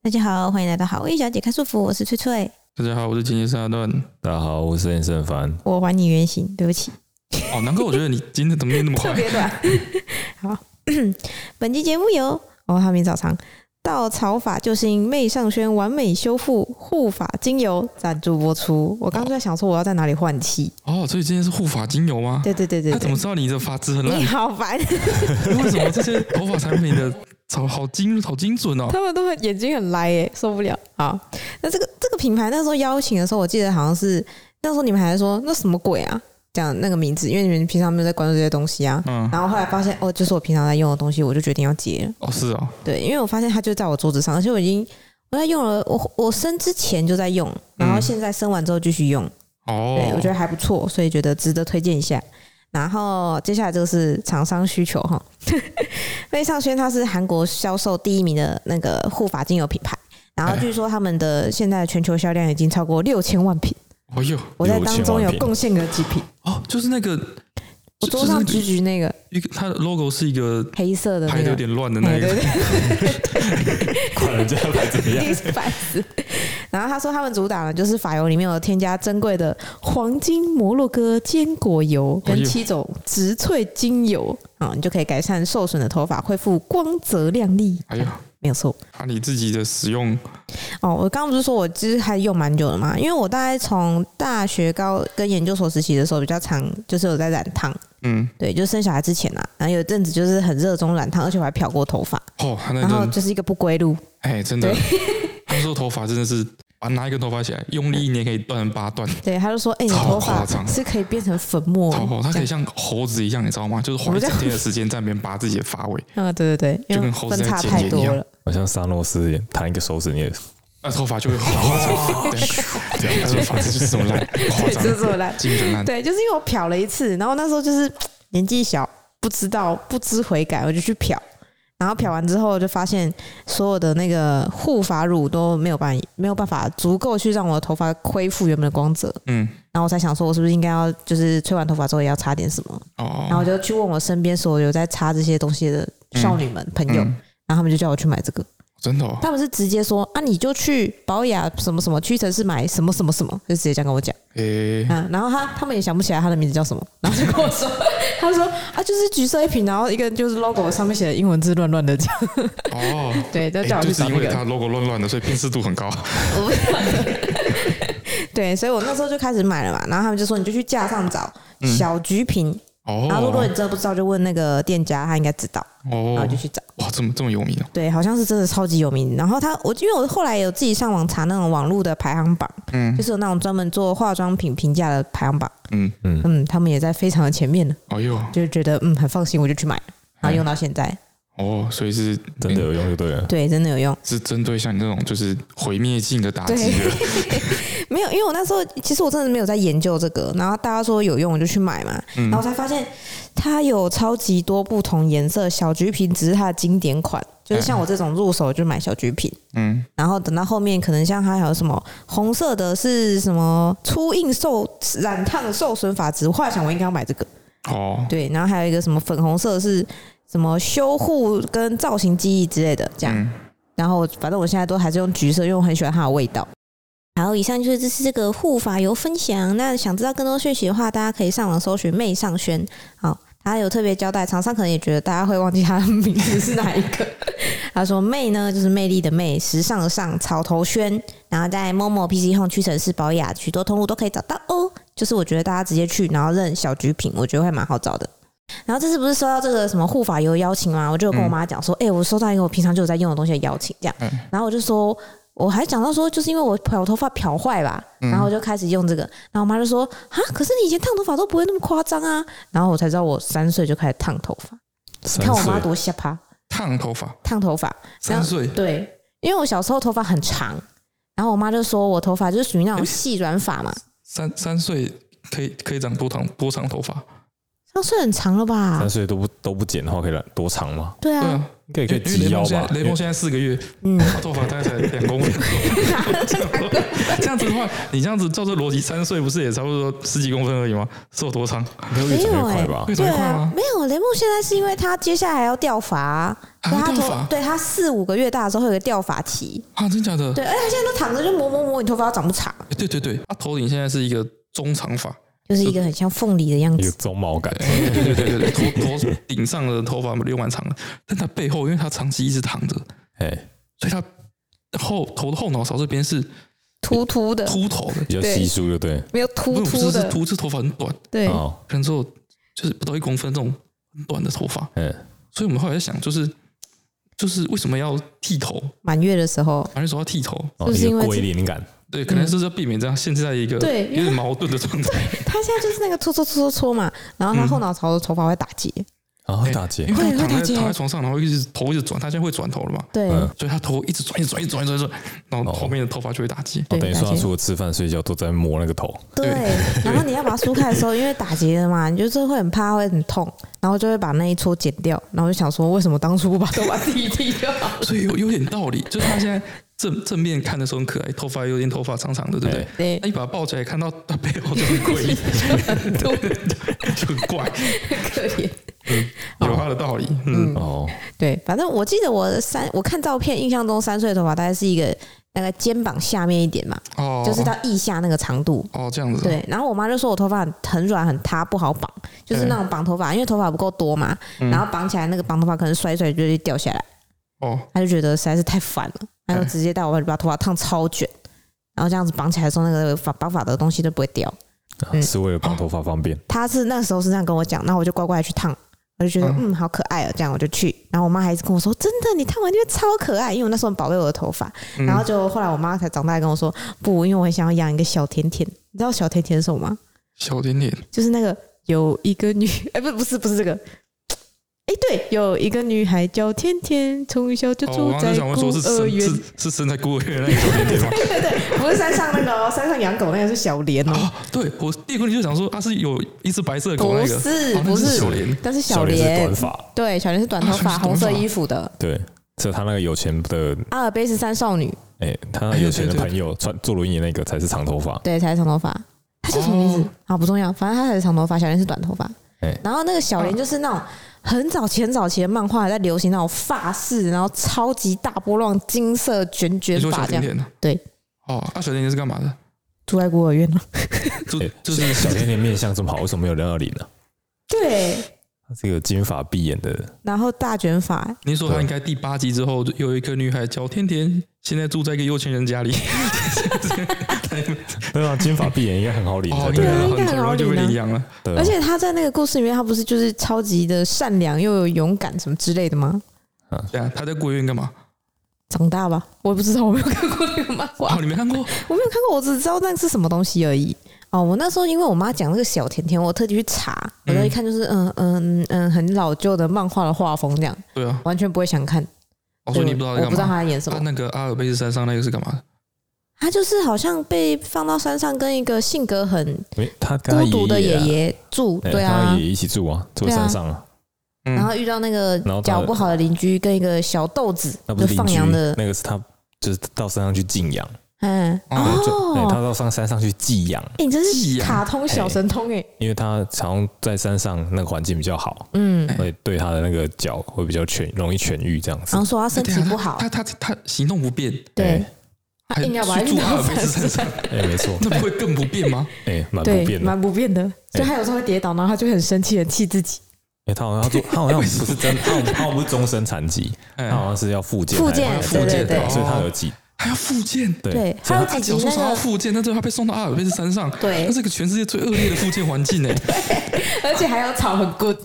大家好，欢迎来到好味小姐看束缚，我是翠翠，大家好，我是剪辑师阿段。大家好，我是任胜凡。我还你原形，对不起，哦，难怪我觉得你今天怎么念那么快？短。 好， 本期节目由哦，他名字好长，稻草法救星媚尚轩完美修复护发精油赞助播出。我刚刚就在想说，我要在哪里换气？哦，所以今天是护发精油吗？对对对对他怎对么，知道你的发质很 烂你？好烦，为什么这些头发产品的好好精好精 准哦？他们都很眼睛很来耶，受不了。好，那这个这个品牌那时候邀请的时候，我记得好像是那时候你们还在说那什么鬼啊，讲那个名字，因为你们平常没有在关注这些东西啊。嗯，然后后来发现哦，就是我平常在用的东西，我就决定要戒了。哦是哦，对，因为我发现它就在我桌子上，而且我已经我在用了，我我生之前就在用，然后现在生完之后继续用，对哦，我觉得还不错，所以觉得值得推荐一下。然后接下来这个是厂商需求哈， 魏尚轩它是韩国销售第一名的那个护发精油品牌，然后据说他们的现在全球销量已经超过六千万瓶，哦哟，我在当中6000万有瓶贡献了几瓶。哦，就是那个，我就桌上就是橘橘那个一个，它的 logo 是一个黑色的拍那的有个，点乱的那哎一对个，对，管人家来怎么样？ 烦死。然后他说他们主打的就是法油里面有添加珍贵的黄金摩洛哥坚果油哎跟呦七种植萃精油啊，你就可以改善受损的头发，恢复光泽亮丽。哎呦，没有错啊，你自己的使用哦，我刚刚不是说我其实还用蛮久的嘛，因为我大概从大学高跟研究所实习的时候比较常就是有在染烫，嗯，对，就是生小孩之前啊，然后有一阵子就是很热衷染烫，而且我还漂过头发，哦，他那然后个，就是一个不归路，哎，真的，他说头发真的是，把拿一根头发起来，用力一捏可以断八段，对，他就说，哎、你超头夸发张是可以变成粉末，超厚，它这可样以像猴子一样，你知道吗？就是花一整天的时间在那边拔自己的发尾，啊，对对对，因就为跟猴子分在叉剪太烟一多样了。好像沙诺斯一样弹一个手指，你也那头发就会花。对，这样，他说发质就是这么烂，夸对，张就，是这么 烂。精准烂。对，就是因为我漂了一次，然后那时候就是年纪小，不知道不知悔改，我就去漂。然后漂完之后，就发现所有的那个护发乳都没有办没有办法足够去让我的头发恢复原本的光泽。嗯，然后我才想说，我是不是应该要就是吹完头发之后也要擦点什么？然后我，哦就去问我身边所有有在擦这些东西的少女们朋友，嗯然后他们就叫我去买这个。真的哦，他们是直接说啊，你就去保雅什么什么屈臣氏买什么什么什么，就直接这样跟我讲。诶，嗯，然后他他们也想不起来他的名字叫什么，然后就跟我说，他说啊，就是橘色一瓶，然后一个就是 logo 上面写的英文字乱乱的这样，哦，对，就诶叫我就去是找因那为个。它 logo 乱乱的，所以辨识度很高。我不知道对，所以我那时候就开始买了嘛，然后他们就说你就去架上找小橘瓶，然后如果你哦，真的不知道就问那个店家，他应该知道，然后就哦，去找。哇，这么这么有名哦，对，好像是真的超级有名。然后他，我因为我后来有自己上网查那种网络的排行榜，嗯就是有那种专门做化妆品评价的排行榜，嗯，嗯，他们也在非常的前面呢，哎呦，就觉得嗯很放心，我就去买了，然后用到现在，哦，所以是真的有用就对了。对，真的有用。是针对像你这种就是毁灭性的打击的，没有，因为我那时候其实我真的没有在研究这个，然后大家说有用我就去买嘛，然后我才发现它有超级多不同颜色小橘瓶，只是它的经典款，就是像我这种入手就买小橘瓶。 嗯，然后等到后面，可能像它还有什么红色的是什么粗硬受染烫受损发质，我后来想我应该要买这个，哦，对，然后还有一个什么粉红色是什么修护跟造型记忆之类的这样，嗯，然后反正我现在都还是用橘色，因为我很喜欢它的味道。好，以上就是这次这个护发油分享。那想知道更多讯息的话，大家可以上网搜寻媚尚轩。好，他有特别交代，厂商可能也觉得大家会忘记他的名字是哪一个。 他说媚呢就是魅力的媚，时尚的尚，草头轩。然后在 Momo、PC Home、屈臣氏、宝雅许多通路都可以找到哦。就是我觉得大家直接去，然后认小橘品，我觉得会蛮好找的。然后这次不是收到这个什么护发油邀请吗？我就有跟我妈讲说，哎、我收到一个我平常就有在用的东西的邀请，这样。然后我就说，我还讲到说，就是因为我漂头发漂坏吧，嗯然后我就开始用这个。然后我妈就说，啊，可是你以前烫头发都不会那么夸张啊。然后我才知道我三岁就开始烫头发，你三看我岁妈多吓趴，烫头发，烫头发。然三后岁，对，因为我小时候头发很长，然后我妈就说我头发就是属于那种细软发嘛，三三岁可以可以长多长多长头发？三岁很长了吧三？岁都不都不剪的话，可以染多长吗？对对啊，啊，应该也可以因为雷及腰蒙现吧在？雷蒙现在四个月，嗯，他头发大概才两公 分。这样子的话，你这样子照这逻辑，三岁不是也差不多十几公分而已吗？是有多长？没有越长越快吧会？长对得快啊吗，？没有雷梦现在是因为他接下来还要掉发啊，还所以要他掉头发对他四五个月大的时候会有个掉发期，啊，真假的？对，而且他现在都躺着就磨磨磨，你头发都长不长，欸对对对，他头顶现在是一个中长发，就是一个很像凤梨的样一个子，鬃毛感，对对对对，头头顶上的头发留蛮长的，但他背后因为他长期一直躺着，哎，所以他后头的后脑勺这边是秃秃的，秃头的，比较对稀疏，就对。没有不秃是秃不是的是，秃，是头发很短，对，哦，可能只有就是不到一公分这种很短的头发，嗯，所以我们后来在想，就是就是为什么要剃头？满月的时候，反正说要剃头，哦是不是一因为个这归零感，对，可能就是要避免这样现在一个对因为有点矛盾的状态， 他现在就是那个搓搓搓搓搓嘛，然后他后脑勺的头发会打结，然后打结因，为会他会躺打结在躺在床上，然后一直头一直转，他现在会转头了嘛，对嗯所以他头一直转，一直转，一直转，一直转，然后后面的头发就会打结。对，哦等于打说他结，除了吃饭睡觉都在摸那个头，对。然后你要把它梳开的时候，因为打结了嘛，你就是会很怕，会很痛，然后就会把那一撮剪掉，然后就想说，为什么当初不把头发剃一剃就好？所以有有点道理， 就是他现在正正面看的时候很可爱，头发有点头发长长的，对不对？哎 对那，一把抱起来，看到他背后就很诡异， 就很怪，可怜。哦有他的道理。嗯，哦， 对，反正我记得我的三，我看照片，印象中三岁的头发大概是一个大概肩膀下面一点嘛，哦，就是到腋下那个长度。哦这样子，对，然后我妈就说我头发很很软很塌，不好绑，就是那种绑头发，因为头发不够多嘛，嗯然后绑起来那个绑头发可能甩一甩就会掉下来，哦，她就觉得实在是太烦了，她就嗯直接带我爸去把头发烫超卷，然后这样子绑起来的时候，那个发绑发的东西都不会掉。嗯是为了绑头发方便，她是那时候是这样跟我讲，那我就乖乖地去烫。我就觉得嗯好可爱哦、这样我就去。然后我妈还一直跟我说，真的，你烫完就会超可爱，因为我那时候很宝贝我的头发。嗯然后就后来我妈才长大来跟我说，不，因为我很想要养一个小甜甜。你知道小甜甜是什么吗？小点点，就是那个有一个女， 哎、不，不是，不是这个。哎，对，有一个女孩叫天天，从小就哦，住我刚在刚想问孤说是儿生园，是是生在孤儿院那个小点点 吗？不是山上那 个、哦，山上养狗那个是小莲哦，啊，对我第一个就想说，啊是有一只白色的狗那不个，是哦那不是小莲，但是小小莲是短莲，发，对，小莲是短头发，啊红色短发衣服的对，是他那个有钱的，阿尔卑斯山少女，哎，他有钱的朋友穿坐轮椅那个才是长头发，对，才是长头发。她叫什么名字哦？啊，不重要，反正她才是长头发，小莲是短头发哎。然后那个小莲就是那种很早前早期的漫画，还在流行那种发饰，然后超级大波浪金色卷你卷说发小这样。点点呢？对，哦，啊小点点是干嘛的？住在孤儿院了。就哎就是小甜甜面相这么好，为什么没有人要领呢？对，他是一个金发碧眼的，然后大卷发，您说他应该第八集之后就有一个女孩叫甜甜，现在住在一个有钱人家里，对啊，金发碧眼应该很好领才应对该啊啊很很容易就被领养了。对啊，而且他在那个故事里面，他不是就是超级的善良又有勇敢什么之类的吗？对啊，他在孤儿院干嘛？长大吧，我也不知道，我没有看过那个漫画 哦，，你没 看过？我没有看过，我只知道那是什么东西而已。哦，我那时候因为我妈讲那个小甜甜，我特地去查，我就一看就是嗯嗯嗯，很老旧的漫画的画风这样，对啊，完全不会想看。我说对哦你不知道我在不知道干嘛。他在演什他么。那个阿尔卑斯山上那个是干嘛的？他就是好像被放到山上，跟一个性格很没他跟他孤独的爷爷啊爷住，哎对他啊也，一起住啊，住对啊山上啊，然嗯，后遇到那个然后他脚不好的邻居跟一个小豆子，那不就是邻放居羊的，那个是他就是到山上去静养，嗯，哦就哎对，他哦，到上山上去寄养，哎，你真寄啊是养卡通小神通哎，因为他常在山上那个环境比较好，嗯，所以对他的那个脚会比较痊容易痊愈这样子然后。说他身体不好，他他他他行动不便，对哎，他硬要把还他去运住阿到尔卑斯山山上，哎，没 错， 那不会更不便吗？哎，蛮不对，变的。蛮不变的，所以他有时候会跌倒，然后他就会很生气，很气自己，哎，他好像他做他好像不是真，他好他好像不是终身残疾，哎他，好像是要复健复还是，健对对健对对，所以他有几还要复健。对对，，还有几他假集如说那想要个，复健，但最后他被送到阿尔卑斯山上，对那是个全世界最恶劣的复健环境哎， 而且还有草很棍，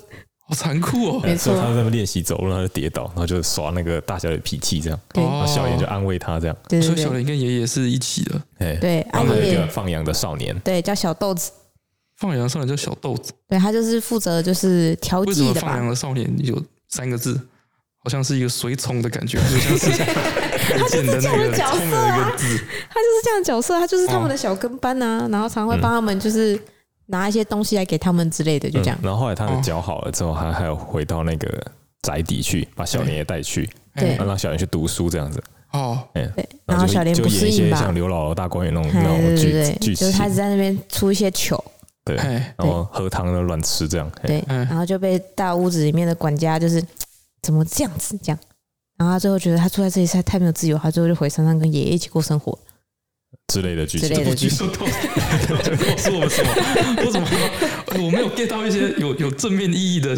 好残酷哦。没哎所以错他，在那边练习走路，然后就跌倒，然后就耍那个大小姐脾气这样，对然后小妍就安慰他这样，对哦所对以小对，林跟爷爷是一起的，哎，对然后还有安慰一个放羊的少年，对叫小豆子，放羊少年叫小豆子。对他就是负责就是调为什么剂的放吧羊，的少年有三个字？好像是一个随从 的感觉，就像是很简的那个后面的啊一个字，他就是这样的角色，他就是他哦们的小跟班啊，然后常嗯会帮他们就是拿一些东西来给他们之类的，就这样嗯。然后后来他的哦脚好了之后，还还有回到那个宅邸去，把小莲也带去，对然后让小莲去读书这样子。哎哦，哎，对，然后就小莲就不演适一应些吧像？刘姥姥大观园那种哎那种对剧对剧对，就是情，他一直在那边出一些糗，对，然哎，后喝汤的乱吃这样。哎对，嗯然后就被大屋子里面的管家就是怎么这样子这样，然后他最后觉得他住在这里实在太没有自由，他最后就回山上跟爷爷一起过生活。之类的剧之类情的。我举手投，告诉我们什么？我怎么哎我没有 get 到一些有有正面意义的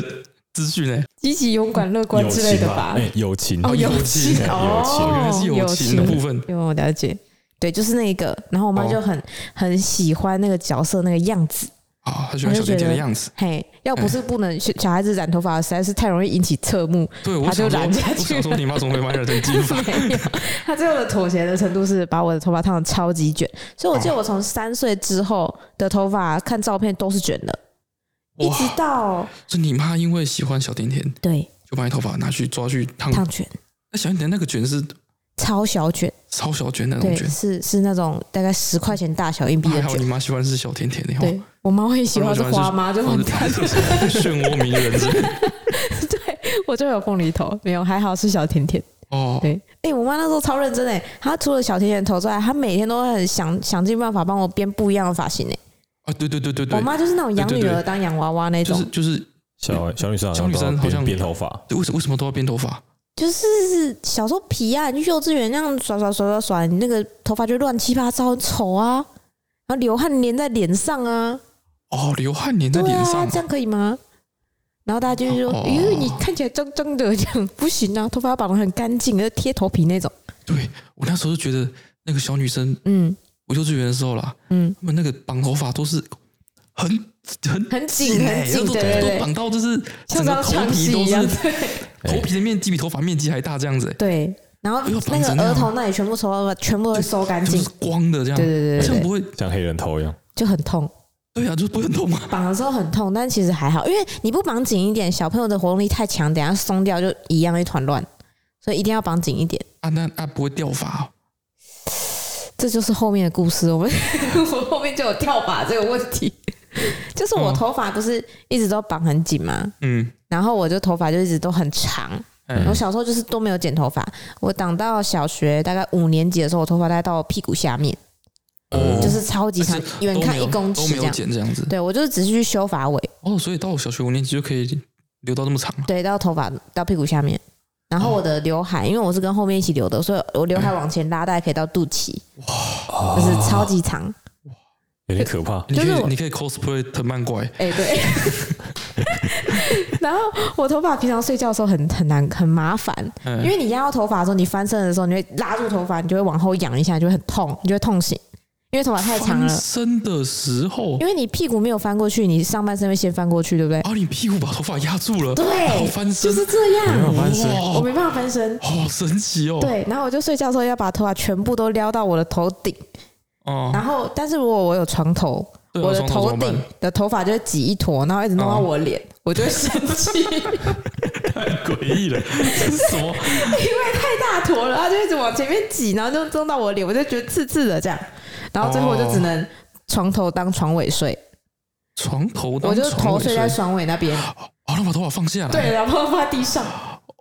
资讯哎呢？积极、勇敢、乐友情哎，友情哦，友情哎哦友情原来是友情的部分。有了解，对，就是那一个。然后我妈哦就很、很喜欢那个角色那个样子，啊，他喜欢小甜甜的样子。嘿，要不是不能小小孩子染头发，实在是太容易引起侧目。对，我他就想说，染下我去想说，你妈怎么没把你染成金 发？没有，他最后的妥协的程度是把我的头发烫的超级卷，所以我记得我从三岁之后的头发看照片都是卷的，一直哇！到就你妈因为喜欢小甜甜，对就把你头发拿去抓去烫。烫卷那小甜甜那个卷是超小卷，超小卷那种对，卷。是是那种大概十块钱大小硬币那的还好你卷。妈喜欢的是小甜甜的，对我妈会喜欢是花妈，就是哦很她喜欢的是漩涡鸣人之类的我就有凤梨头，没有还好是小甜甜。 哦。对，哎、我妈那时候超认真哎，她除了小甜甜头之外，她每天都会很想想尽办法帮我编不一样的发型哎。啊，对对对对对我，妈就是那种养对对女对儿当洋娃娃那就种是，就是，小小女生好小像女都生要好像编编头发，为什为什么都要编头发？就是小时候皮啊，你去幼稚园那样耍耍耍耍耍，你那个头发就乱七八糟，很丑啊，然后流汗粘在脸上啊，哦，流汗粘在对脸啊上，这，样可以吗？然后大家就是说，哦因为你看起来脏脏的，这样不行啊，头发要绑得很干净，要贴头皮那种。对我那时候就觉得那个小女生，嗯我幼稚园的时候啦，嗯，他们那个绑头发都是很很很紧欸很紧，都对对都对，绑到就是像整个张头唱皮戏都一样，是对头皮的面积比头发面积还大这样子欸，对。然后哎呦那绑个成那样额头那里全部头发全部都会收干就净 是，光的这样，对对对这样对不对，会，像黑人头一样。就很痛。对啊，就不会很痛吗？绑的时候很痛，但其实还好，因为你不绑紧一点，小朋友的活动力太强，等一下松掉就一样一团乱，所以一定要绑紧一点。啊，那啊不会掉发哦，这就是后面的故事，我们我后面就有跳法这个问题，就是我哦头发不是一直都绑很紧吗？嗯，然后我就头发就一直都很长，嗯我小时候就是都没有剪头发，我等到小学大概五年级的时候，我头发大概到屁股下面，哦就是超级长而，且远都看没有一公都尺没这有样。剪这样子，对，我就是只是去修发尾，哦，所以到我小学五年级就可以留到这么长了，对，到头发到屁股下面。然后我的刘海，因为我是跟后面一起留的，所以我刘海往前拉，大概可以到肚脐，嗯就是超级长。有点可 怕，你可就是以我你可以 cosplay 藤蔓怪，哎、对。 然后我头发平常睡觉的时候很很难很麻烦，嗯因为你压到头发的时候，你翻身的时候，你会拉住头发，你就会往后仰一下，就会很痛，你就会痛醒，因为头发太长翻了。身的时候因，为你屁股没有翻过去，你上半身会先翻过去，对不对？啊，你屁股把头发压住了，然后对，翻就身，是哦这样。翻身我哇，没办法翻身，好神奇哦，，对。然后我就睡觉的时候要把头发全部都撩到我的头顶，哦，然后，但是如果我有床头，对啊我的床头头怎么顶办的头发就会挤一坨，然后一直弄到哦我脸，我就会生 气，诡异 了。这是什么？太大坨了，它就一直往前面挤，然后就弄到我脸，我就觉得刺刺的这样。然后最后我就只能床头当床尾睡，床头当我就床头尾睡睡在床尾那边，哦，那把头发放下来。对，然后放在地上，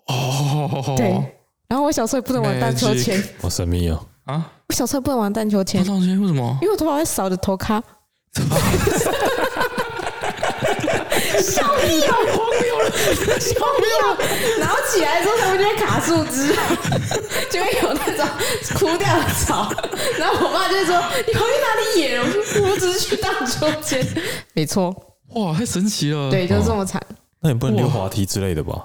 哦，对。然后我小时候也不能玩荡秋千，好神秘哦，啊，我小时候也不能玩荡秋千放，上去为什么？因为我头发会扫着头咖。笑屁哦，荒谬了，笑屁哦！然后起来之后，他们就会卡树枝， 就会有那种枯掉的草。然后我妈就会说：“你跑去哪里野了？”我说：“我只是去荡秋千。”没错， 哇，太神奇了！对，就是这么惨，那你不能溜滑梯之类的吧？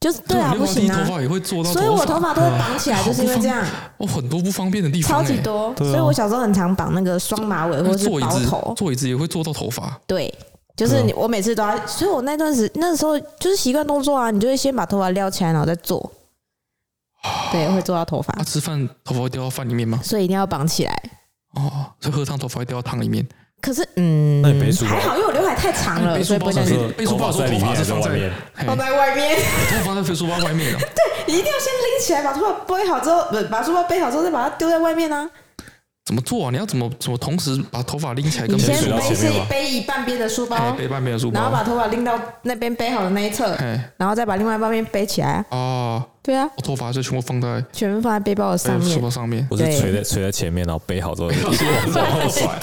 就是对对啊，溜不滑梯行啊头。发也啊会做到，所以我头发都会绑哎起来，就是因为这样，我哦很多不方便的地超方，级欸。多。对啊所以我小时候很常绑那个双马尾或是坐椅包子头，，坐椅子也会做到头发，啊对，就是嗯你，我每次都要，所以我那段时那时候就是习惯动作啊，你就会先把头发撩起来，然后再 做，对，会做到头发啊，，吃饭头发会掉到饭里面吗？所以一定要绑起来。哦，所以喝汤头发会掉到汤里面。可是，嗯那，你背书包还好，因为我刘海太长啊了，你背所书以不包会子，头发在这样子上去背书包的时候里面头发是还放是外面嘿放在外面，哎 头发在背书包外面的，你一定要先拎起来，把头发背好之后，不，把书包背好之后再把它丢在外面啊。怎么做啊？你要怎么怎么同时把头发拎起来跟你别先人水到背说话？前是面吧背一半边的书包，哎，背半边的书然后把包，头发拎到那边背好的那一侧，哎，然后再把另外一半边背起来啊。哦，对啊，我头发就全部放在全部放在背包的上哎书面包。上面。我是对垂在垂在前面，然后背好之后一直往后甩，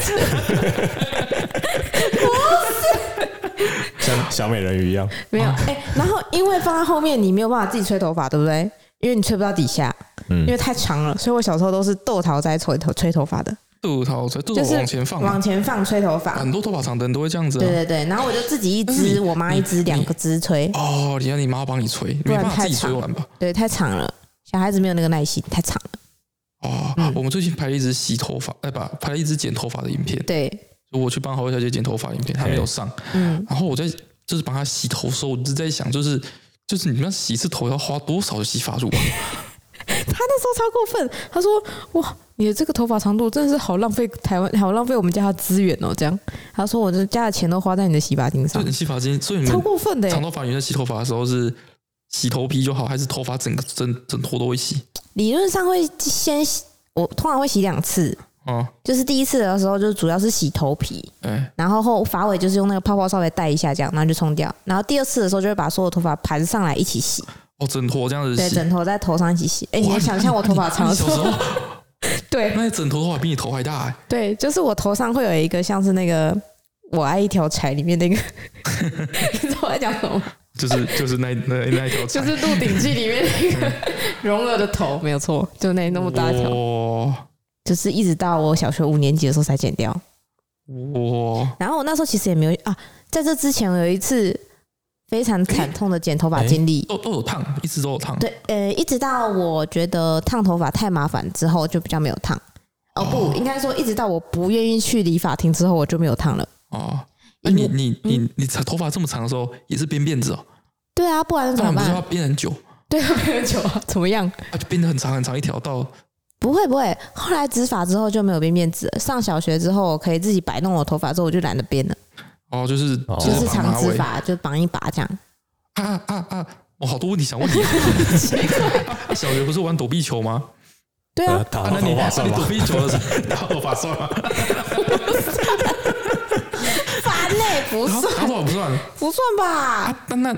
像小美人鱼一样。没有，哎、然后因为放在后面，你没有办法自己吹头发，对不对？因为你吹不到底下，因为太长了，所以我小时候都是豆桃在吹头吹头发的，肚头在肚就头是往前放嘛，啊往前放吹头发。很多头发长的人都会这样子对啊。对对，然后我就自己一但是支，你我妈一支，两个支吹，哦，你让你妈帮你吹，没然办法太自己吹长完吧？对，太长了，小孩子没有那个耐心，太长了。哦，嗯我们最近拍了一支洗头发，哎，把拍了一支剪头发的影片，对，就我去帮好味小姐剪头发的影片，她没有上。嗯，然后我在就是帮她洗头的时候，我就在想，就是就是你们要洗一次头要花多少的洗发乳啊？她那时候超过分，她说：“哇，你的这个头发长度真的是好浪费台湾，好浪费我们家的资源哦。”这样，她说：“我这家的钱都花在你的洗发精上对，，洗发精，所以你超们过哎分的、长头发女在洗头发的时候是洗头皮就好，还是头发整个整整坨都会洗？理论上会先洗，我通常会洗两次，哦，就是第一次的时候就主要是洗头皮，哎，然后后发尾就是用那个泡泡稍微带一下这样，然后就冲掉。然后第二次的时候就会把所有头发盘上来一起洗，哦，整坨这样子对，洗。枕头在头上一起洗。哎、你能想象我头发长你的时小时候？候对 那整坨头发比你头还大哎、对，就是我头上会有一个像是那个《我爱一条柴》里面那个，你知道我在讲什么吗？就是就是那那那一条 就柴，是《鹿鼎记》里面那个 蓉儿的头，没有错，就那那么大条，哇就是一直到我小学五年级的时候才剪掉。哇，然后我那时候其实也没有啊，在这之前我有一次非常惨痛的剪头发经历。都都有烫，一直都有烫。对，呃，一直到我觉得烫头发太麻烦之后，就比较没有烫。哦，不，应该说一直到我不愿意去理发厅之后，我就没有烫了。哦，那你你你你长头发这么长的时候也是编辫子哦，对啊，不然不怎然么不是办要？编很久，对啊，没有久 啊，怎么样？它就编得很长很长一条到不会不会，后来植发之后就没有编辫子了。上小学之后，我可以自己摆弄我头发之后，我就懒得编了，哦，就是哦就就是是绑长马直尾啊发就绑一把这样。啊啊啊！我好多问题想问你。啊 小学不是玩躲避球吗？对啊，打啊，到那你头发那算你躲吗？避球的时候打头发算吗？啊烦嘞，不打算打头发不算不算吧？啊。那那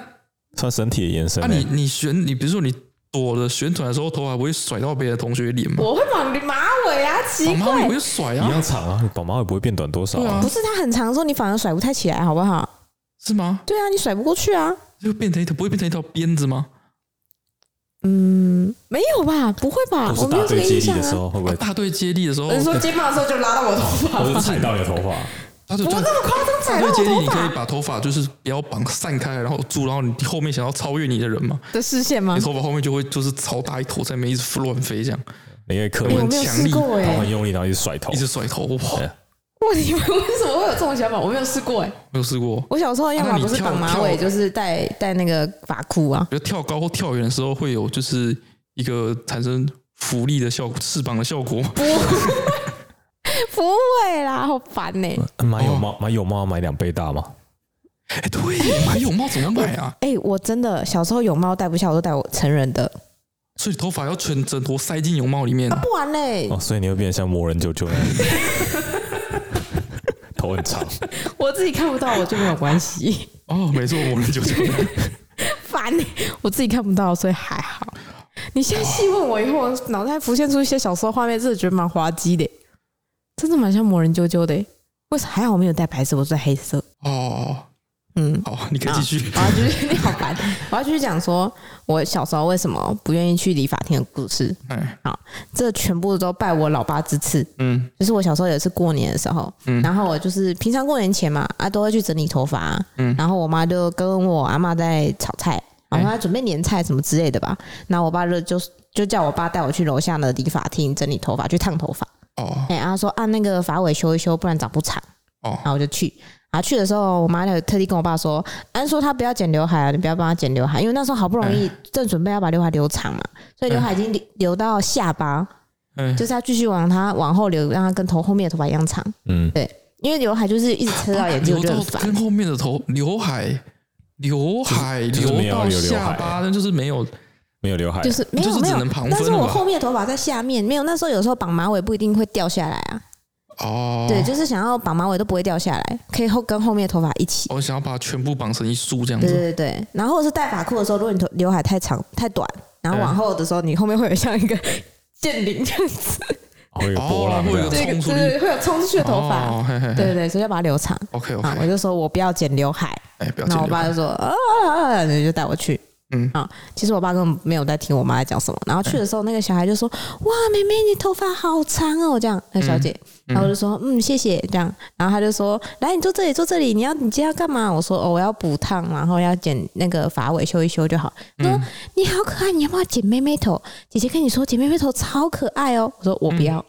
算身体的延伸啊，欸。你你旋你比如说你躲了旋转的时候，头发不会甩到别的同学脸吗？我会绑马尾啊，奇绑马尾怪不。会甩一啊样？长啊，你绑马尾不会变短多少对啊啊？不是它很长的时候，你反而甩不太起来，好不好？是吗？对啊，你甩不过去啊。就变成一条不会变成一条鞭子吗？嗯，没有吧？不会不吧？啊我是没有大这个队印接力象的时啊。候 会不会？大队接力的时候，人说肩膀的时候就拉到我 头发，或者踩到你的头发？大队我那么夸张大踩到队我接力，头你可以发把头发就是不要绑散开，然后住，然后你后面想要超越你的人嘛，的视线吗你？头发后面就会就是超大一坨在那边一直乱飞这样，你可以刻哎意我没有试过然后哎很，用力，然后一直甩头哎一。直甩头，哇，对哇，你们为什么会有这种想法？我没有试过哎。没有试过。我小时候要啊么不是绑马那尾，你就跳是戴戴那个发箍啊。觉得跳高或跳远的时候会有就是一个产生浮力的效果，翅膀的效果。 不会啦，好烦欸呢。啊买有帽，买有帽要买两倍大吗？哎、对，买泳帽怎么买啊？哎，我真的小时候泳帽戴不下，我都戴我成人的，所以头发要全整坨塞进泳帽里面。不然嘞，哦，所以你会变得像魔人啾啾那样，头很长。我自己看不到我就没有关系。哦，没错，我们就这样。烦欸，我自己看不到，所以还好。你现在细问我以后，我脑袋浮现出一些小时候画面，真的觉得蛮滑稽的欸，真的蛮像魔人啾啾的欸。为啥还好我没有戴白色，我是戴黑色。 哦，嗯，好，你可以继续。我要继续，你好烦。我要继续讲说，我小时候为什么不愿意去理发厅的故事。哎，这全部都拜我老爸之赐。嗯，就是我小时候也是过年的时候，嗯然后我就是平常过年前嘛，啊都会去整理头发、嗯哎然后我妈就跟我阿妈在炒菜，然后她准备年菜什么之类的吧，然后我爸就就就叫我爸带我去楼下的理发厅整理头发，去烫头发，哦哎、然后说按、啊、那个发尾修一修，不然长不长，然哦，后我就去。然后去的时候，我妈就特地跟我爸说：“安说她不要剪刘海啊，你不要帮她剪刘海，因为那时候好不容哎易正准备要把刘海留长嘛，所以刘海已经留留到下巴，哎，就是要继续往它往后留，让它跟头后面的头发一样长。嗯，因为刘海就是一直遮到眼睛，我留就啊到很烦。跟后面的头刘海，刘海就是没有到留刘下海巴，那就是没有。没有刘海，就是没就有是没只有能旁，分那时候了我吧后面的头发在下面，没有。那时候有时候绑马尾不一定会掉下来啊，哦，对，就是想要绑马尾都不会掉下来，可以后跟后面的头发一起。我想要把它全部绑成一束这样对子，对对，然后或者是戴发箍的时候，如果你头刘海太长太短，然哎后往后的时候，你后面会有像一个 剑灵这样子，会有哦波浪会这有样对这个冲出去对，会有冲出去的头发。哦，嘿嘿嘿对对对，所以要把它留长。 ，OK 啊，我 OK，就说我不要剪刘海，哎，不要然紧后我爸就说啊，啊啊啊你就带我去。嗯啊，其实我爸根本没有在听我妈在讲什么。然后去的时候，那个小孩就说：“哇，妹妹，你头发好长哦。”这样，那小姐，然后我就说：“嗯，谢谢。”这样，然后他就说：“来，你坐这里，坐这里，你要你今天要干嘛？”我说：“哦，我要补烫，然后要剪那个发尾修一修就好。”他说：“你好可爱，你要不要剪妹妹头？姐姐跟你说，剪妹妹头超可爱哦。”我说：“我不要。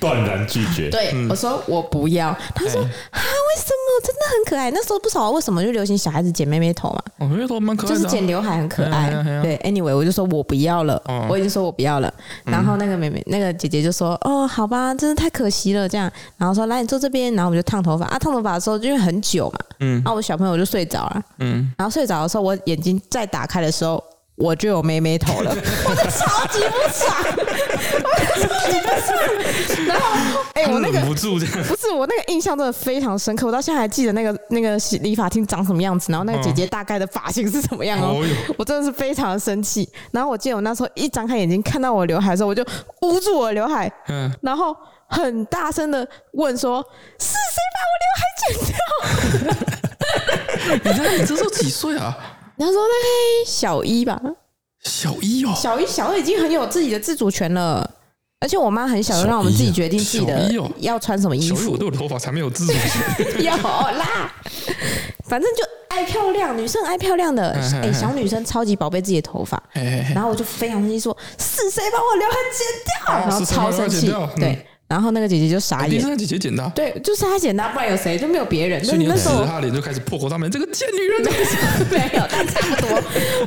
断然拒绝。对，我说我不要。他说啊，为什么？真的很可爱。那时候不少为什么就流行小孩子剪妹妹头嘛，哦，因为都蛮可爱就的啊，是剪刘海很可哎呀哎爱。呀对，anyway，我就说我不要了哦，嗯我已经说我不要了。然后那个妹妹、那个姐姐就说：“哦，好吧，真的太可惜了。”这样，然后说：“来，你坐这边。”然后我们就烫头发啊，烫头发的时候就因为很久嘛，啊嗯然后我小朋友就睡着了。嗯，然后睡着的时候，我眼睛再打开的时候，我就有妹妹 头了，我就超级不爽，我就超级不爽。然后，哎、我那个忍不住 这样，不是我那个印象真的非常深刻，我到现在还记得那个那个洗理发厅长什么样子，然后那个姐姐大概的发型是什么样哦。嗯哦哟，我真的是非常的生气，然后我记得我那时候一张开眼睛看到我刘海的时候，我就捂住我的刘海， 嗯，然后很大声的问说：“是谁把我刘海剪掉你这你这时候几岁啊？？”然后说：“那小一吧，小一哦，小一小二已经很有自己的自主权了，而且我妈很小就让我们自己决定自己的啊小一哦要穿什么衣小一服我。对我的头发才没有自主 权，有啦，反正就爱漂亮，女生爱漂亮的，嗯嗯哎、嗯哎小女生超级宝贝自己的头发。嘿嘿嘿 然后我就非常生气，说是谁把我刘海剪掉？哦然后是谁把超我生剪气掉，嗯对。然后那个姐姐就傻一定眼是，那姐姐剪的啊，对，就是她剪的啊，不然有谁？就没有别人。那所以你就那指时候着她的脸就开始破口大骂：“这个贱女 人！”没有，但差不多。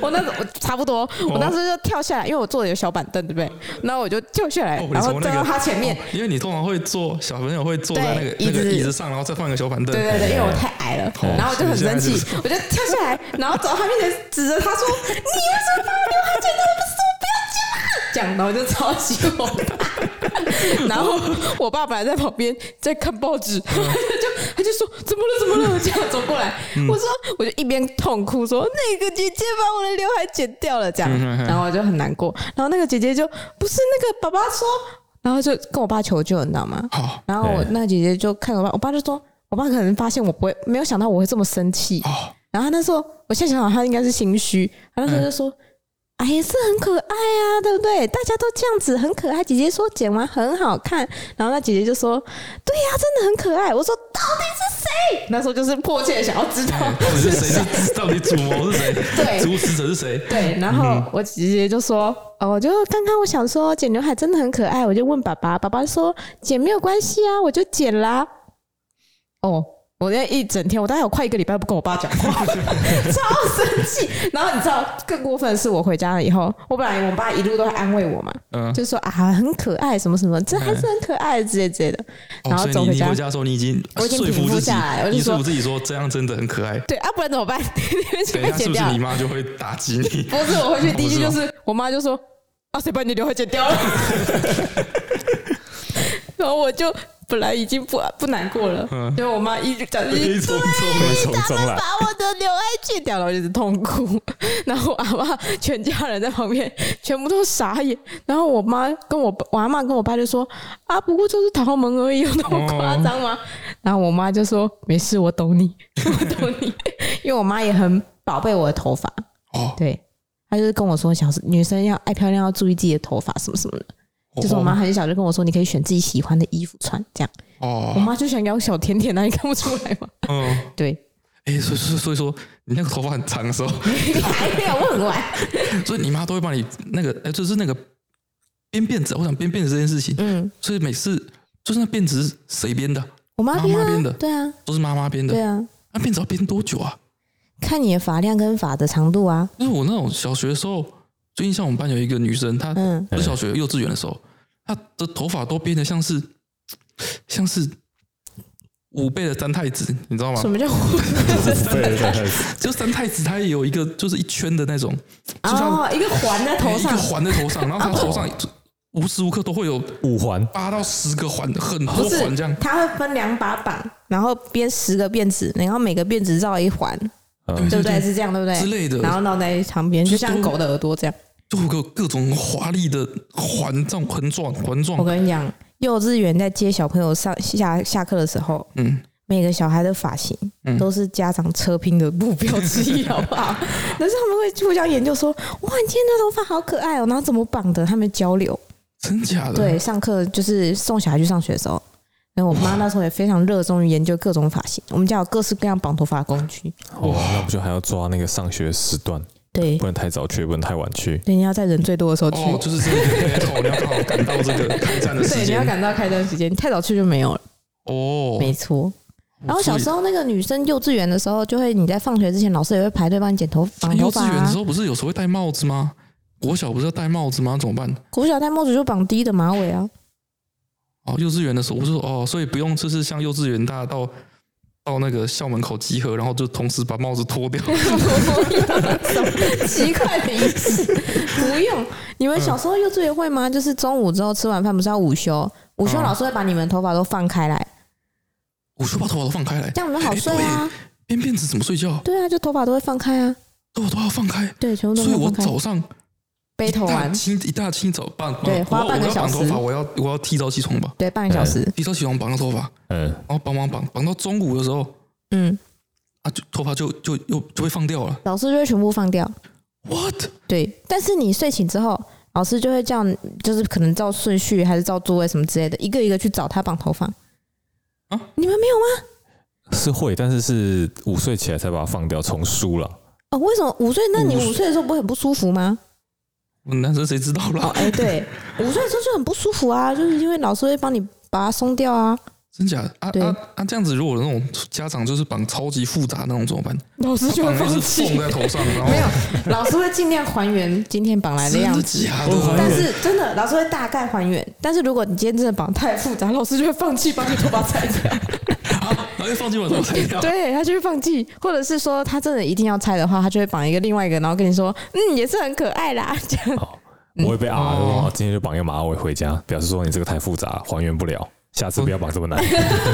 我那时候我差不多，我当时就跳下来，因为我坐的有小板凳，对不对？然后我就跳下来哦，然后你从那站个到她前面。哦因为你通常会坐小朋友会坐在那个对那椅个子椅子上，然后再放一个小板凳。对对对，因为我太矮了，哎哦然后我就很生气你现在，我就跳下来，然后走到他面前，指着他说：“你为什么把我刘海剪掉？我不是说不要剪吗？”讲的我就超级火大。 然后我爸本来在旁边在看报 纸，他就他就说：“怎么了？怎么了？”这样走过来，嗯我说我就一边痛哭说：“那个姐姐把我的刘海剪掉了。”这样，嗯嗯嗯然后我就很难过。然后那个姐姐就不是那个爸爸说，然后就跟我爸求救，你知道吗？好然后我对那个姐姐就看我爸，我爸就说，我爸可能发现我不会，没有想到我会这么生气。哦，然后他那时候，我现在想想，他应该是心虚。他那时候就说：“哎，也是很可爱啊，对不对？大家都这样子，很可爱。”姐姐说剪完很好看，然后那姐姐就说：“对呀、真的很可爱。”我说：“到底是谁？”那时候就是迫切地想要知道到底是是谁谁。 是到底主谋是对谁？主使者是谁？对，然嗯后我姐姐就说：“哦，我就刚刚我想说剪刘海真的很可爱，我就问爸爸，爸爸说剪没有关系啊，我就剪啦。”哦，我那一整天，我大概有快一个礼拜不跟我爸讲 话，超生气。然后你知道更过分的是，我回家了以后，我本来我爸一路都在安慰我嘛，嗯，就说啊很可爱什么什么，这还是很可爱之类之类的。然哦，后所以走你回你家回。家的时候，你已经我已经说平服复自己下来我，就你说说服自己说这样真的很可爱。对啊，不然怎么办？ 你等被一下剪是不掉啊了是你。妈就会打击 你？不是，我回去第一句就哦是我妈就说：“啊，谁把你刘海剪掉了？” 然后我就本来已经不不难过了，嗯结果我妈一直讲，一一直种悲中从中来把，我的刘海剪掉了，我就是痛哭。 然后我阿妈全家人在旁边全部都傻眼，然后我妈跟我爸我阿妈跟我爸就说：“啊，不过就是逃门而已，有那么夸张吗？”然后我妈就说：“没事，我懂你， 我懂你。”因为我妈也很宝贝我的头发，哦，对，他就是跟我说，小时女生要爱漂亮，要注意自己的头发什么什么的。哦就是我妈很小就跟我说，你可以选自己喜欢的衣服穿，这样。我哦，妈就想要小甜甜啊，你看不出来吗？嗯，对，哎，所以所以所以说你那个头发很长的时候， 你还要问完？嗯所以你妈都会帮你那个，哎，就是那个编辫子。我想编辫子这件事情，嗯，所以每次就是那辫子是谁编的？我妈妈编妈编啊的，对啊，都是妈妈编的对。啊，那辫子要编多久啊？看你的发量跟发的长度啊。因为我那种小学的时候，最近像我们班有一个女生，她嗯，不是小学幼稚园的时候，她的头发都编的像是像是五倍的三太子，你知道吗什？么叫 对对对，就三太子，它也有一个就是一圈的那种，就像哦，一个环在头上一个，环在头上，然后它头上 无时无刻都会有五环八到十个环，很不多是环这样。，它会分两把把，然后编十个辫子，然后每个辫子绕一环，嗯对不对？是这样对不对？之类的然后绕在旁边，就像狗的耳朵这样。就有各种华丽的环状、环状、环我状，跟你讲，幼稚园在接小朋友上下下课的时候，嗯，每个小孩的发型嗯都是家长车拼的目标之一，好不 好？但是他们会互相研究说：“哇，你今天的头发好可爱哦！”然后怎么绑的？他们交流。真假的？对，上课就是送小孩去上学的时候，然后我妈那时候也非常热衷于研究各种发型，我们家有各式各样绑头发的工具。哦，那不就还要抓那个上学时段，对不，能太早去，不能太晚去。对，你要在人最多的时候去。哦，就是这个 battle，你要刚好赶到这个开战的时对，你要间赶到开灯时间，你太早去就没有了。哦。没错。然后小时候，候那个女生幼稚园的时候，就会你在放学之前，老师也会排队帮你剪头绑头幼发、稚园的啊时。候不是有时候会戴帽子吗？国小不是要戴帽子吗？怎么办？国小戴帽子就绑低的马尾啊。哦，幼稚园的时候，我就说哦，所以不用就是像幼稚园大家到到那个校门口集合，然后就同时把帽子脱掉。什么奇怪的仪式？不用，你们小时候幼稚园会吗？就是中午之后吃完饭不是要午休？午休嗯老师会把你们头发都放开来，我说把头发都放开来，这样你们好睡啊。编辫子怎么睡觉？对啊，就头发都会放开啊。头发都要放开，对，全部都所以会我放开。早上背头啊一大完，清一大清早绑，对我花半个我要绑小时头发，我要我要提早起床吧，对，半个小时。提早起床绑个头发，嗯，然后绑绑绑绑到中午的时候嗯，啊，就头发就就又就被放掉了。老师就会全部放掉。 What？对，但是你睡醒之后，老师就会叫你，就是可能照顺序还是照座位什么之类的，一个一个去找他绑头发。啊你们没有吗？是会，但是是午睡起来才把它放掉，重梳了。哦，为什么午睡？那你午睡午睡的时候不会很不舒服吗？嗯男生谁知道哦啦，？哎、 对，午睡的时候就很不舒服啊，就是因为老师会帮你把它松掉啊。真假的？啊对啊啊！这样子，如果那种家长就是绑超级复杂那种怎么办？老师绑那是缝在头上，然 后没有，老师会尽量还原今天绑来的 真样的子。假我还原的？但是真的，老师会大概还原。但是如果你今天真的绑太复杂，老师就会放弃帮你头发拆掉。啊，然后又放进我头才 掉。对啊他就会放弃，或者是说他真的一定要拆的话，他就会绑一个另外一个，然后跟你说，嗯，也是很可爱啦。这样哦，我会被啊，哦我今天就绑一个马尾回家，表示说你这个太复杂，还原不了，下次不要绑这么难。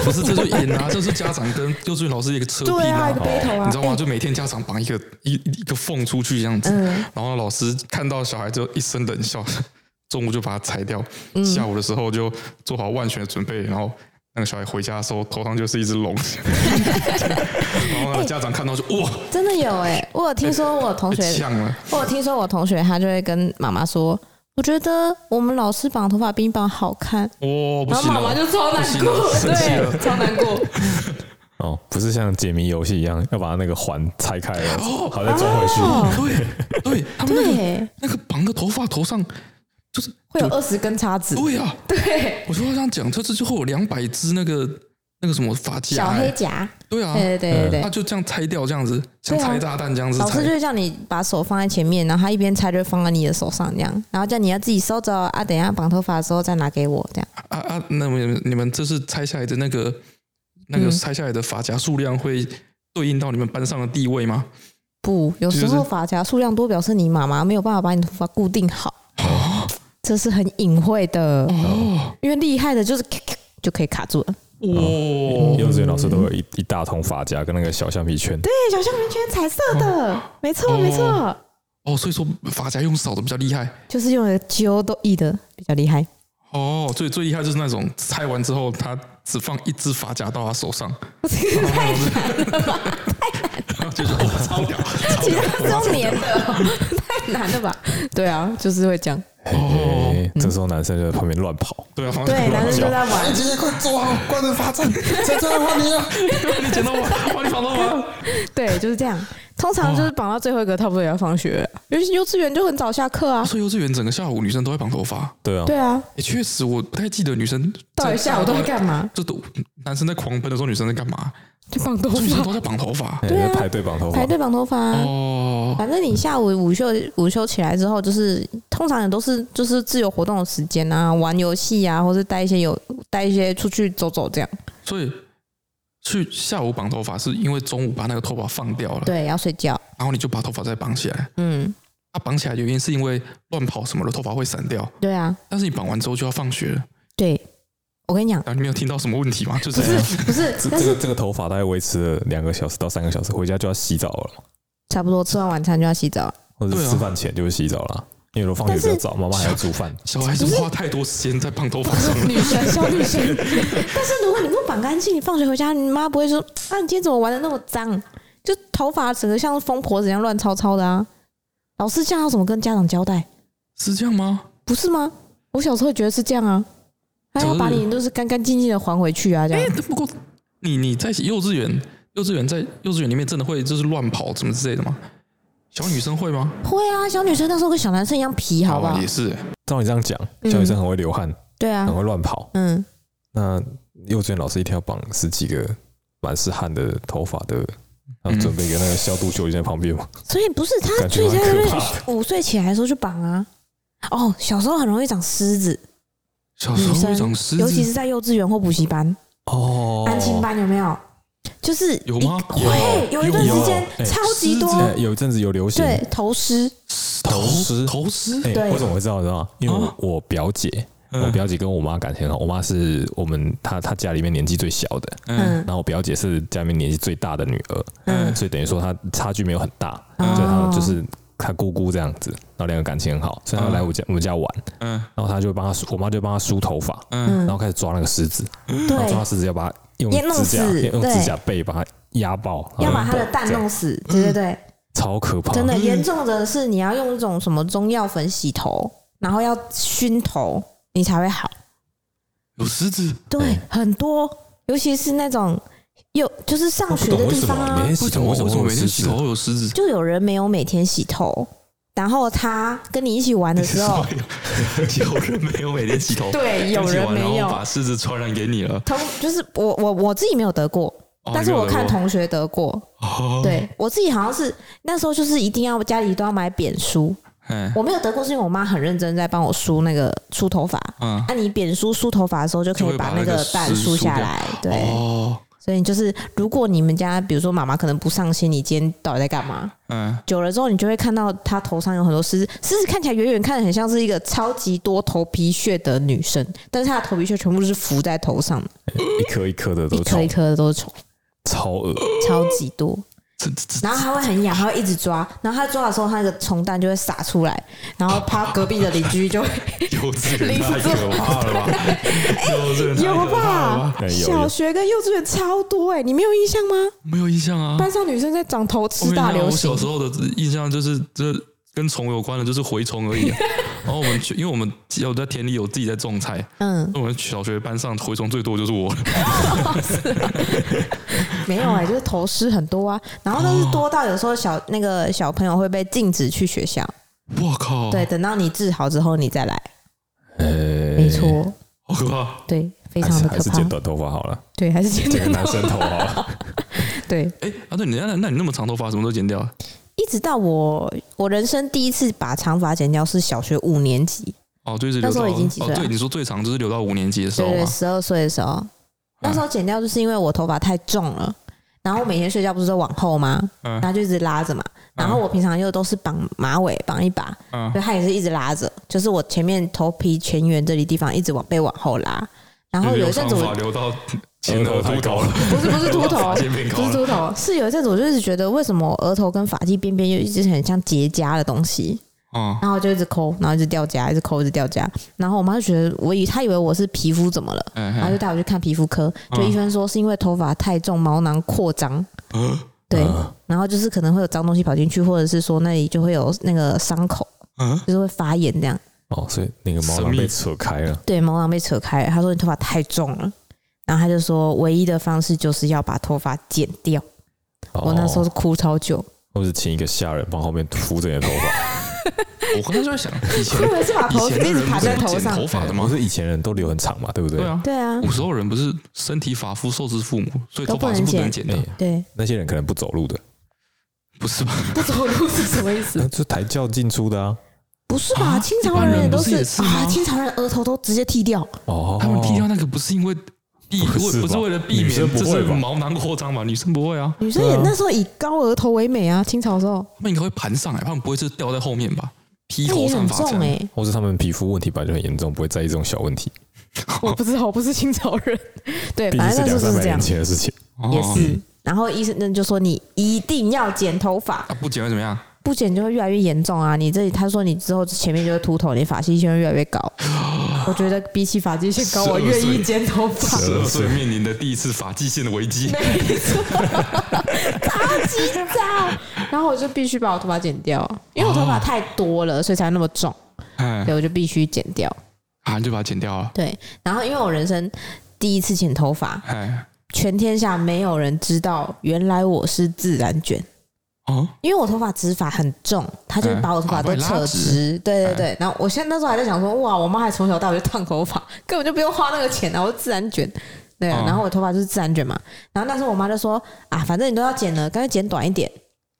不是，这 就演啊，这是家长跟幼稚园老师一个车对拼啊，一个背头啊你知，道吗？就每天家长绑一个一一个缝出去这样子，嗯然后老师看到小孩就一声冷笑， 中午就把它裁掉，嗯下午的时候就做好万全的准备，然后那个小孩回家的时候头上就是一只 龙， 然后呢家长看到就哇真的有哎、我有听说我有同被学呛了，我有听说我同学他就会跟妈妈说，我觉得我们老师绑头发比你绑好看，哇哦不然后行妈妈了，就超难过不，行了生气了对，超难过。哦，不是像解谜游戏一样要把那个环拆开了，好再装回去。哦，对对，他们那个对，那个绑个头发头上就是会有就二十根叉子，对啊，对，我就要这样讲，这次就会有两百只那个那个什么发夹、小黑欸，夹，对啊，对对对对他对。就这样拆掉，这样子像对啊拆炸弹这样子老拆师就。会叫你把手放在前面，然后他一边拆就放在你的手上，这样，然后叫你要自己收着哦啊，等一下绑头发的时候再拿给我，这样。啊啊！那你们你们这次拆下来的那个那个嗯拆下来的发夹数量会对应到你们班上的地位吗？不，有时就候是发夹数量多表示你妈妈没有办法把你头发固定好， 这是很隐晦的，哦，因为厉害的就是就可以卡住了。哦哇！幼稚园老师都有一一大桶发夹跟那个小橡皮圈，对，小橡皮圈彩色的，没错哦没错，哦，所以说发夹用扫的比较厉害。就是用的揪都易的比较厉害。哦，最最厉害就是那种拆完之后，他只放一只发夹到他手上， 这个 太难了，然后就是哇，哦超屌！其他是用粘的哦， 太难了吧？对啊，就是会这样。嘿哦嘿嗯这时候男生就在旁边乱跑，对啊，好像对，男生就在哎玩，今天快走啊！关门罚 站，再再来换你啊了，你捡到我，换你啊防 到我。对，就是这样。通常就是绑到最后一个，差不多也要放学了，尤其幼稚园就很早下课啊。所以幼稚园整个下午女生都在绑头发，对啊，对啊，也确实我不太记得女生到底下午都在干嘛？这都嗯男生在狂奔的时候，女生在干嘛？就绑头女生发，都在绑头发。嘿对啊在排队绑头发排，队绑头发啊。哦，反正你下午午休午休起来之后，就是通常也都是就是自由活动的时间啊，玩游戏啊，或是带一些有带一些出去走走这样。所以去下午绑头发，是因为中午把那个头发放掉了，对，要睡觉，然后你就把头发再绑起来。嗯，它、绑起来的原因是因为乱跑什么的，头发会散掉。对啊，但是你绑完之后就要放学了，对，我跟你讲，然后你没有听到什么问题吗？就不是是不是，这但这是个这个头发大概维持了两个小时到三个小时，回家就要洗澡了，差不多吃完晚餐就要洗澡了，或者对是啊吃饭前就会洗澡了。因为我放学比较早，妈妈还要煮饭。小孩子花太多时间在绑头发上了。 女生小女生。 但是如果你不绑干净，你放学回家，你妈不会说啊，你今天怎么玩的那么脏？就头发整个像疯婆子一样乱糟糟的啊！老师这样要怎么跟家长交代？是这样吗？不是吗？我小时候也觉得是这样啊，他要把你都是干干净净的还回去啊，这哎、样。不过你你在幼稚园，幼稚园在幼稚园里面真的会就是乱跑什么之类的吗？小女生会吗？会啊，小女生那时候跟小男生一样皮，好不哦好也？是、照你这样讲，嗯小女生很会流汗，对啊很，会乱跑。嗯，那幼稚园老师一天要绑十几个满是汗的头发的，然后嗯准备一个那个消毒球就在旁边嘛，所以不是他感最觉在蛮可怕的。五岁起来的时候就绑啊。哦，小时候很容易长虱子，小时候会长虱尤其是子，在幼稚园或补习班。哦安亲班有没有？就是有吗一会有一段时间有有超级多，哎有一阵子有流行，对头虱，头虱头虱，哎、对哦为什么会知道？你知道吗？因为我,、啊我表姐，嗯我表姐跟我妈感情很好。我妈是我们她她家里面年纪最小的，嗯嗯然后我表姐是家里面年纪最大的女儿，嗯所以等于说她差距没有很大，哦所以她就是她姑姑这样子，然后两个感情很好，所以她来我家、我们家玩，嗯然后她就帮她梳，我妈就帮她梳头发，嗯，然后开始抓那个狮子，然后抓对，狮子要把它用也弄指甲死用对指甲背把它压爆，要把然后它的蛋这样弄死，对对对，超可怕，真的严重的是你要用一种什么中药粉洗头，然后要熏头，你才会好。有虱子，对哎，很多，尤其是那种有就是上我不学懂的为地什方么每啊天，为洗什头为么为什么什么会有每天狮洗子？头会有虱子？就有人没有每天洗头，然后他跟你一起玩的时候， 有人没有每天洗头，对，有人没然有后。把虱子传染给你了。同就是我我我自己没有得过，哦但是我看，你同学得过。没有得过，对我自己好像是那时候就是一定要家里都要买扁梳，嗯我没有得过是因为我妈很认真在帮我梳那个梳头发。嗯，那、你扁梳梳头发的时候，就可就以会把把那个个蛋丝梳梳下掉来。对，哦，所以就是如果你们家比如说妈妈可能不上心，你今天到底在干嘛？嗯，久了之后，你就会看到她头上有很多虱子，虱子看起来远远看很像是一个超级多头皮屑的女生，但是她的头皮屑全部都是浮在头上的，一颗一颗的都一颗一超颗的都是虫，超恶，超级多。这这这然后它会很痒，它会一直抓，然后它抓的时候，它那个虫蛋就会撒出来，然后趴隔壁的邻居就会 幼稚园太可怕了吧？ 幼稚园太有可怕了吧？吧？哎有小有学跟幼稚园超多哎、你没有印象吗？没有印象啊，班上女生在长头我吃跟你大讲流行哦我小时，候的印象就是，这跟虫有关的，就是蛔虫而已、 啊。然后我们去，因为我们有在田里有自己在种菜，嗯，那我们小学班上蛔虫最多就是我了。没有哎、就是头虱很多啊，然后但是多到有时候小那个小朋友会被禁止去学校，我靠，对，，等到你治好之后你再来，呃，没错，好可怕！对，非还常是的还可是剪怕，短头发好了，对，还是 简剪个单男生头好 了。对，哎、啊，对，你那那你那么长头发，什么都剪掉啊？一直到我我人生第一次把长发剪掉是小学五年级，哦，就是留那时到候已经几岁哦，啊对，你说最长就是留到五年级的时对候对，嘛。十二岁的时候，那时候剪掉就是因为我头发太重了，然后我每天睡觉不是都往后吗？嗯然后就一直拉着嘛。然后我平常又都是绑马尾绑一把，嗯所以它也是一直拉着，就是我前面头皮前缘这里地方一直往被往后拉。然后有留一阵长子发我留 到前额额头秃太头高了了，不是不是秃头 发，线变不高是秃了。头，是有一阵子我就是觉得为什么额头跟发际边边又一直很像结痂的东西，嗯，然后我就一直抠，然后一直掉痂，一直抠一直掉痂。然后我妈就觉得我以她以为我是皮肤怎么了，哎然后就哎带我去看皮肤科，就嗯医生说是因为头发太重，毛囊扩张，呃对，哦然后就是可能会有脏东西跑进去，或者是说那里就会有那个伤口，嗯，就是会发炎这样。哦，所以那个毛神囊秘被扯开了，对，毛囊被扯开了，他说你头发太重了，然后他就说唯一的方式就是要把头发剪掉。我那时候哦是哭超久，或者请一个下人帮后面敷着你的头发，我刚才就在想，以 前我啊以为是把以头前一的直人盘不是在不头剪上 头。发的哎不吗？是以前人都留很长嘛，对不对？对啊，对啊，古时候人不是身体发肤受之父母，所以都头不发是能不能剪剪的哎，，对，那些人可能不走路的，不是吧？不走路是什么意思？那就抬轿进出的啊。 不是吧？啊清一朝般人人也不都是也是吗啊，清朝人额头都直接剃掉，哦，他们剃掉那个不是因为避不是为不是吧为了避女免生不这会是吧毛囊扩张嘛？女生不会啊，女生也那时候以高额头为美啊，清朝的时候她们应该会盘上来，她们不会是掉在后面吧？披那头也散很发这重样哎、或是他们皮肤问题本来就很严重，不会在意这种小问题，我不知道，我不是清朝人。 对，毕竟反正那时两候就三是百这样年，前的事情。哦也是。然后医生就说你一定要剪头发，啊，不剪会怎么样？不剪就会越来越严重啊！你这里他说你之后前面就会秃头，你发际线会越来越高。我觉得比起发际线高， 12我愿意剪头发。 十二岁面临的第一次发际线的危机，没错，超级糟。然后我就必须把我头发剪掉，因为我头发太多了，所以才那么重。哎，对，我就必须剪掉。啊，你就把它剪掉啊，对，然后因为我人生第一次剪头发，哎，全天下没有人知道原来我是自然卷。哦，因为我头发直发很重，他就嗯把我头发都扯直，对对对。然后我现在那时候还在想说，哇，我妈还从小到大就烫头发，根本就不用花那个钱啊，我就自然卷，对啊。嗯然后我头发就是自然卷嘛。然后那时候我妈就说啊，反正你都要剪了，干脆剪短一点，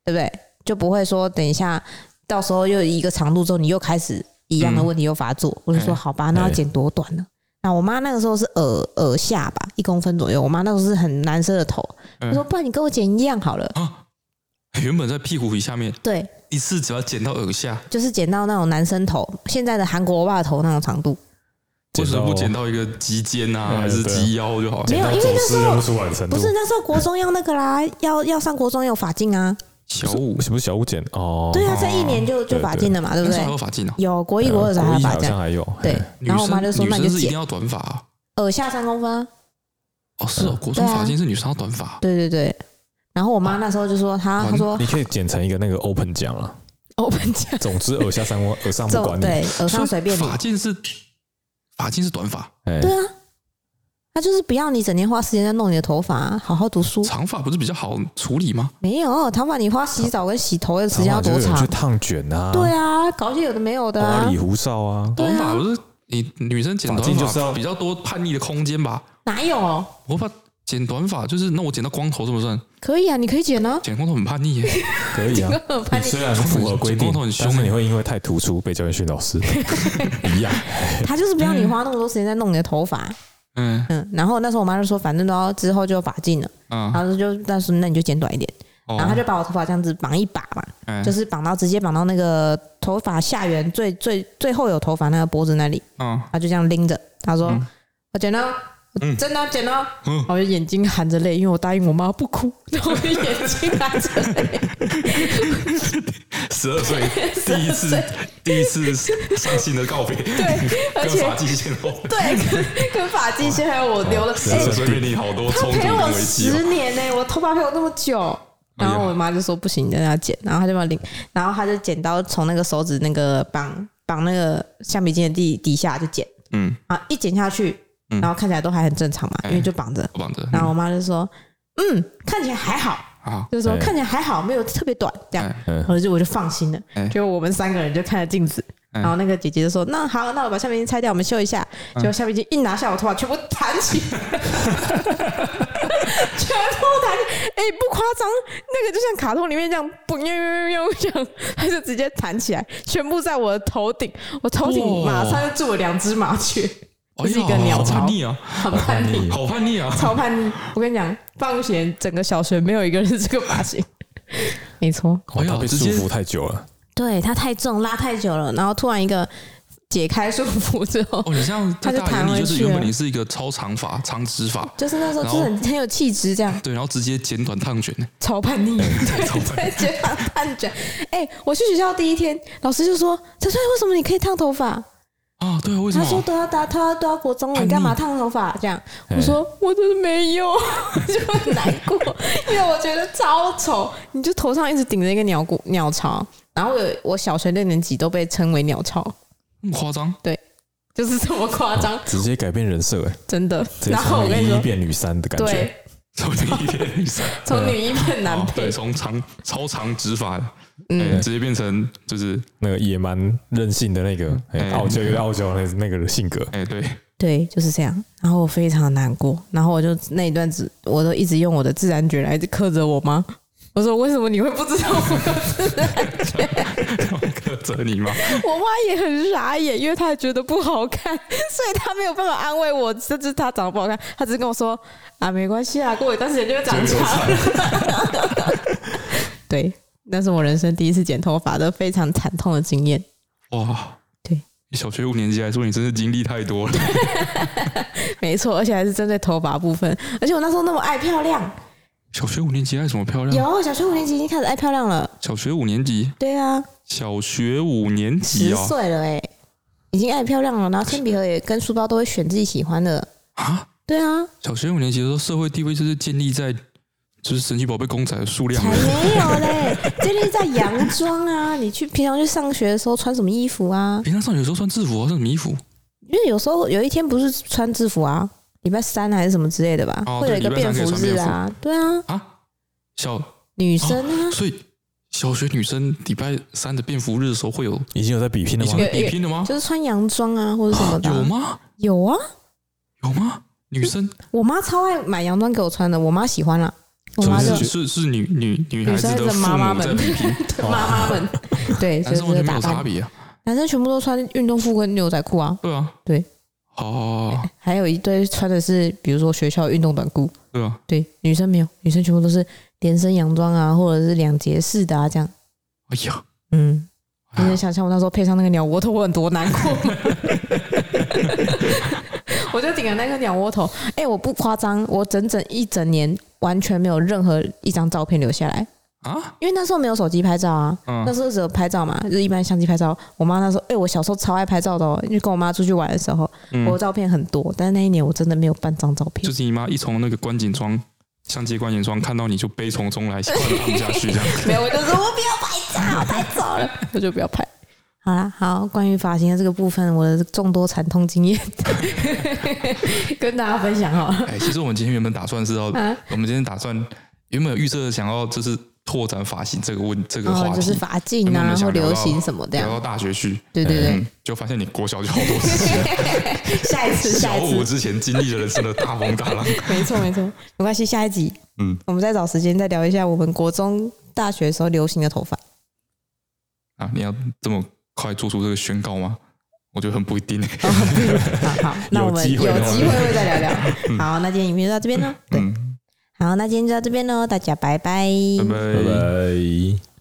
对不对？就不会说等一下到时候又一个长度之后，你又开始一样的问题又发作。我就说嗯好吧，那要剪多短呢？那我妈那个时候是耳耳下吧，一公分左右。我妈那时候是很男生的头，嗯她说不然你跟我剪一样好了。啊，原本在屁股以下面，对，一次只要剪到耳下，就是剪到那种男生头，现在的韩国欧巴头那种长度。为剪啊什到么不剪到一个及肩啊，嗯还是对啊及腰就好了？没有因为走那时私候认不出来的程度不是那时候国中要那个啦，要要上国中要有法镜啊。小五，是不是小五剪哦？对啊，这一年就就对法镜了嘛，对那不时对候还？有发髻呢。有国对啊，一国二的时候还国有一啊法好像镜，还有哎对嘿。然后我妈就说哦女那你生女就生是一定剪要短发啊耳下三公分啊。哦，是哦，国对中啊发髻是女生要短发，对对对。然后我妈那时候就说她哇她 说你可以剪成一个那个 open 奖了。我们讲总之，耳下三观，耳上不走管你。对耳上随便你所以，发髻是发髻是短发，哎对啊，她就是不要你整天花时间在弄你的头发啊，好好读书。长发不是比较好处理吗？没有头发你花洗澡跟洗头的时长间要发就多是有人长去？烫卷啊，对啊，搞一些有的没有的花啊里，胡哨啊，对啊短发不是你女生剪发短髻就是发要比较多叛逆的空间吧？哪有？我怕剪短发就是那我剪到光头算不算？可以啊，你可以剪 啊。剪光头很叛逆耶，可以啊。 你虽然不符合规定剪光头很，凶但欸是你会因为太突出被教育训老师 一样。他就是不要你花那么多时间在弄你的头发，嗯嗯，然后那时候我妈就说，反正都要之后就有发髻了，嗯，然后就那时候那你就剪短一点，然然后她就把我头发这样子绑一把嘛，嗯就是是绑到直接绑到那个头发下缘最最最后有头发那个脖子那里，嗯她就这样拎着，她说、嗯我剪了，我真的要剪了，嗯然后我就眼睛含着泪，因为我答应我妈不哭，然后我就眼睛含着泪， 十二岁第一次第一次伤心的告别， 对，而跟且发际线后对跟跟发际线还有我留了， 哎、十二岁面临好多他冲突陪我跟危机哦十。年呢、我头发陪我那么久。哎然呀后我妈就说不行，你在那剪，然后她就把领，然后她就剪刀从那个手指那个绑绑那个橡皮筋的地底下就剪，嗯，啊，一剪下去，嗯然后看起来都还很正常嘛，哎因为就绑着。我绑着然后我妈就说，嗯，看起来还好，啊，就是说哎看起来还好，没有特别短这样。嗯哎然后就我就放心了哎，结果我们三个人就看着镜子，哎然后那个姐姐就说，那好，那我把橡皮筋拆掉，我们修一下。结果橡皮筋一拿下，我头发全部弹起来。全部弹起，哎、不夸张，那个就像卡通里面这样，嘣呦呦呦呦这样，它就直接弹起来，全部在我的头顶，我头顶哇马上就住了两只麻雀，哎是一呀个鸟好巢叛逆啊，很叛逆，好叛逆啊！超叛逆。我跟你讲，放学整个小学没有一个人是这个发型，没错，哇哎呀哦他被直束接缚太久了，对，它太重，拉太久了，然后突然一个解开束缚之后哦，，你这样在大他就弹眼回里去就是原了本你是一个超长发、长直发，就是那时候就是很很有气质这样。对，然后直接剪短烫卷，超叛逆， 超叛逆对，剪发烫卷。哎、我去学校第一天，老师就说：“陈帅，为什么你可以烫头发啊，对啊，？”为什他么？说：“都要打，他都要国中了，叛逆你干嘛烫头发？”这样，哎我说：“我真的没有， 就很难过，因为我觉得超丑。你就头上一直顶着一个鸟骨鸟巢，然后我有我小学六年级都被称为鸟巢，那么夸张？就是这么夸张，直接改变人设，哎，真的。直接然后我从跟你女一说，变女三的感对觉。，从一 变女生，从女一变男哦配对，，从长超长直发，嗯嗯，直接变成就是，那个野蛮任性的那个，哎哎傲娇有点傲娇的那个性格，哎，对，对，就是这样。然后我非常难过，然后我就那一段子，我都一直用我的自然觉 来克着我妈。我说为什么你会不知道我有自然觉？责你吗？ 我妈也很傻眼，因为她觉得不好看， 所以她没有办法安慰我，甚至她长得不好看，她只是跟我说啊，没关系啊，过一段时间就会长长。 对，那是我人生第一次剪头发的非常惨痛的经验。哇，对，你小学五年级来说，你真是经历太多了。没错，而且还是针对头发部分，而且我那时候那么爱漂亮，小学五年级爱什么漂亮？有小学五年级已经开始爱漂亮了。小学五年级，对啊，小学五年级十哦，岁了哎、已经爱漂亮了，然后铅笔盒 也跟书包都会选自己喜欢的。啊，对啊，小学五年级的时候，社会地位就是建立在就是神奇宝贝公仔的数量才。没有嘞， 建立在洋装啊，你去平常去上学的时候穿什么衣服啊？平常上学的时候穿制服啊，穿什么衣服？因为有时候有一天不是穿制服啊，礼拜三还是什么之类的吧，哦会有对一个礼拜便三可以服穿日啊。对啊，啊，小女生啊，所以小学女生礼拜三的便服日的时候会有已经有在比拼了已吗经？有比拼了吗？就是穿洋装啊或者什么的啊、哦有吗？有啊，有吗？女生我妈超爱买洋装给我穿的，我妈喜欢啦。啊我妈就是是是女女女孩子女生的的父妈妈母们在 比拼，妈妈们，哦对，男所以生完就是全没打有差扮，别啊。男生全部都穿运动裤跟牛仔裤啊，对啊，对，哦，还有一堆穿的是比如说学校运动短裤，对啊，对，女生没有，女生全部都是连身洋装啊，或者是两节式的啊，这样，哎呀，嗯，你哎能呀想象我那时候配上那个鸟窝头，我很多难过吗？嗯我就顶着那个鸟窝头，哎、我不夸张，我整整一整年完全没有任何一张照片留下来，啊，因为那时候没有手机拍照啊，那嗯，时候只有拍照嘛，就是一般相机拍照。我妈那时候，哎、我小时候超爱拍照的哦，因为跟我妈出去玩的时候，嗯我的照片很多，但是那一年我真的没有半张照片就。是你妈一从那个观景窗。相机观景窗看到你就悲从中来，快点按下去 这样。没有，我就说我不要拍照，太早 了，我就不要拍。好啦，好，关于发型的这个部分，我的众多惨痛经 验跟大家分享哦好了。哎，其实我们今天原本打算是要，啊我们今天打算原本有预设想要就是拓展发型这个问这个然话哦后就题是，发髻那啊我们，或想聊流到行什么的聊到呀。大学去，对对对，嗯，就发现你国小就好多事情。下一次， 下小一五次，之前经历了人生的大风大浪， 没错没错，没关系，下一集，嗯，我们再找时间再聊一下我们国中、大学的时候流行的头发。啊，你要这么快做出这个宣告吗？我觉得很不一定。 哦好， 好，那我们有机机会的话嗯会会再聊聊。 好，那今天影片就到这边喽。对，嗯，好，那今天就到这边喽，大家拜拜拜拜拜。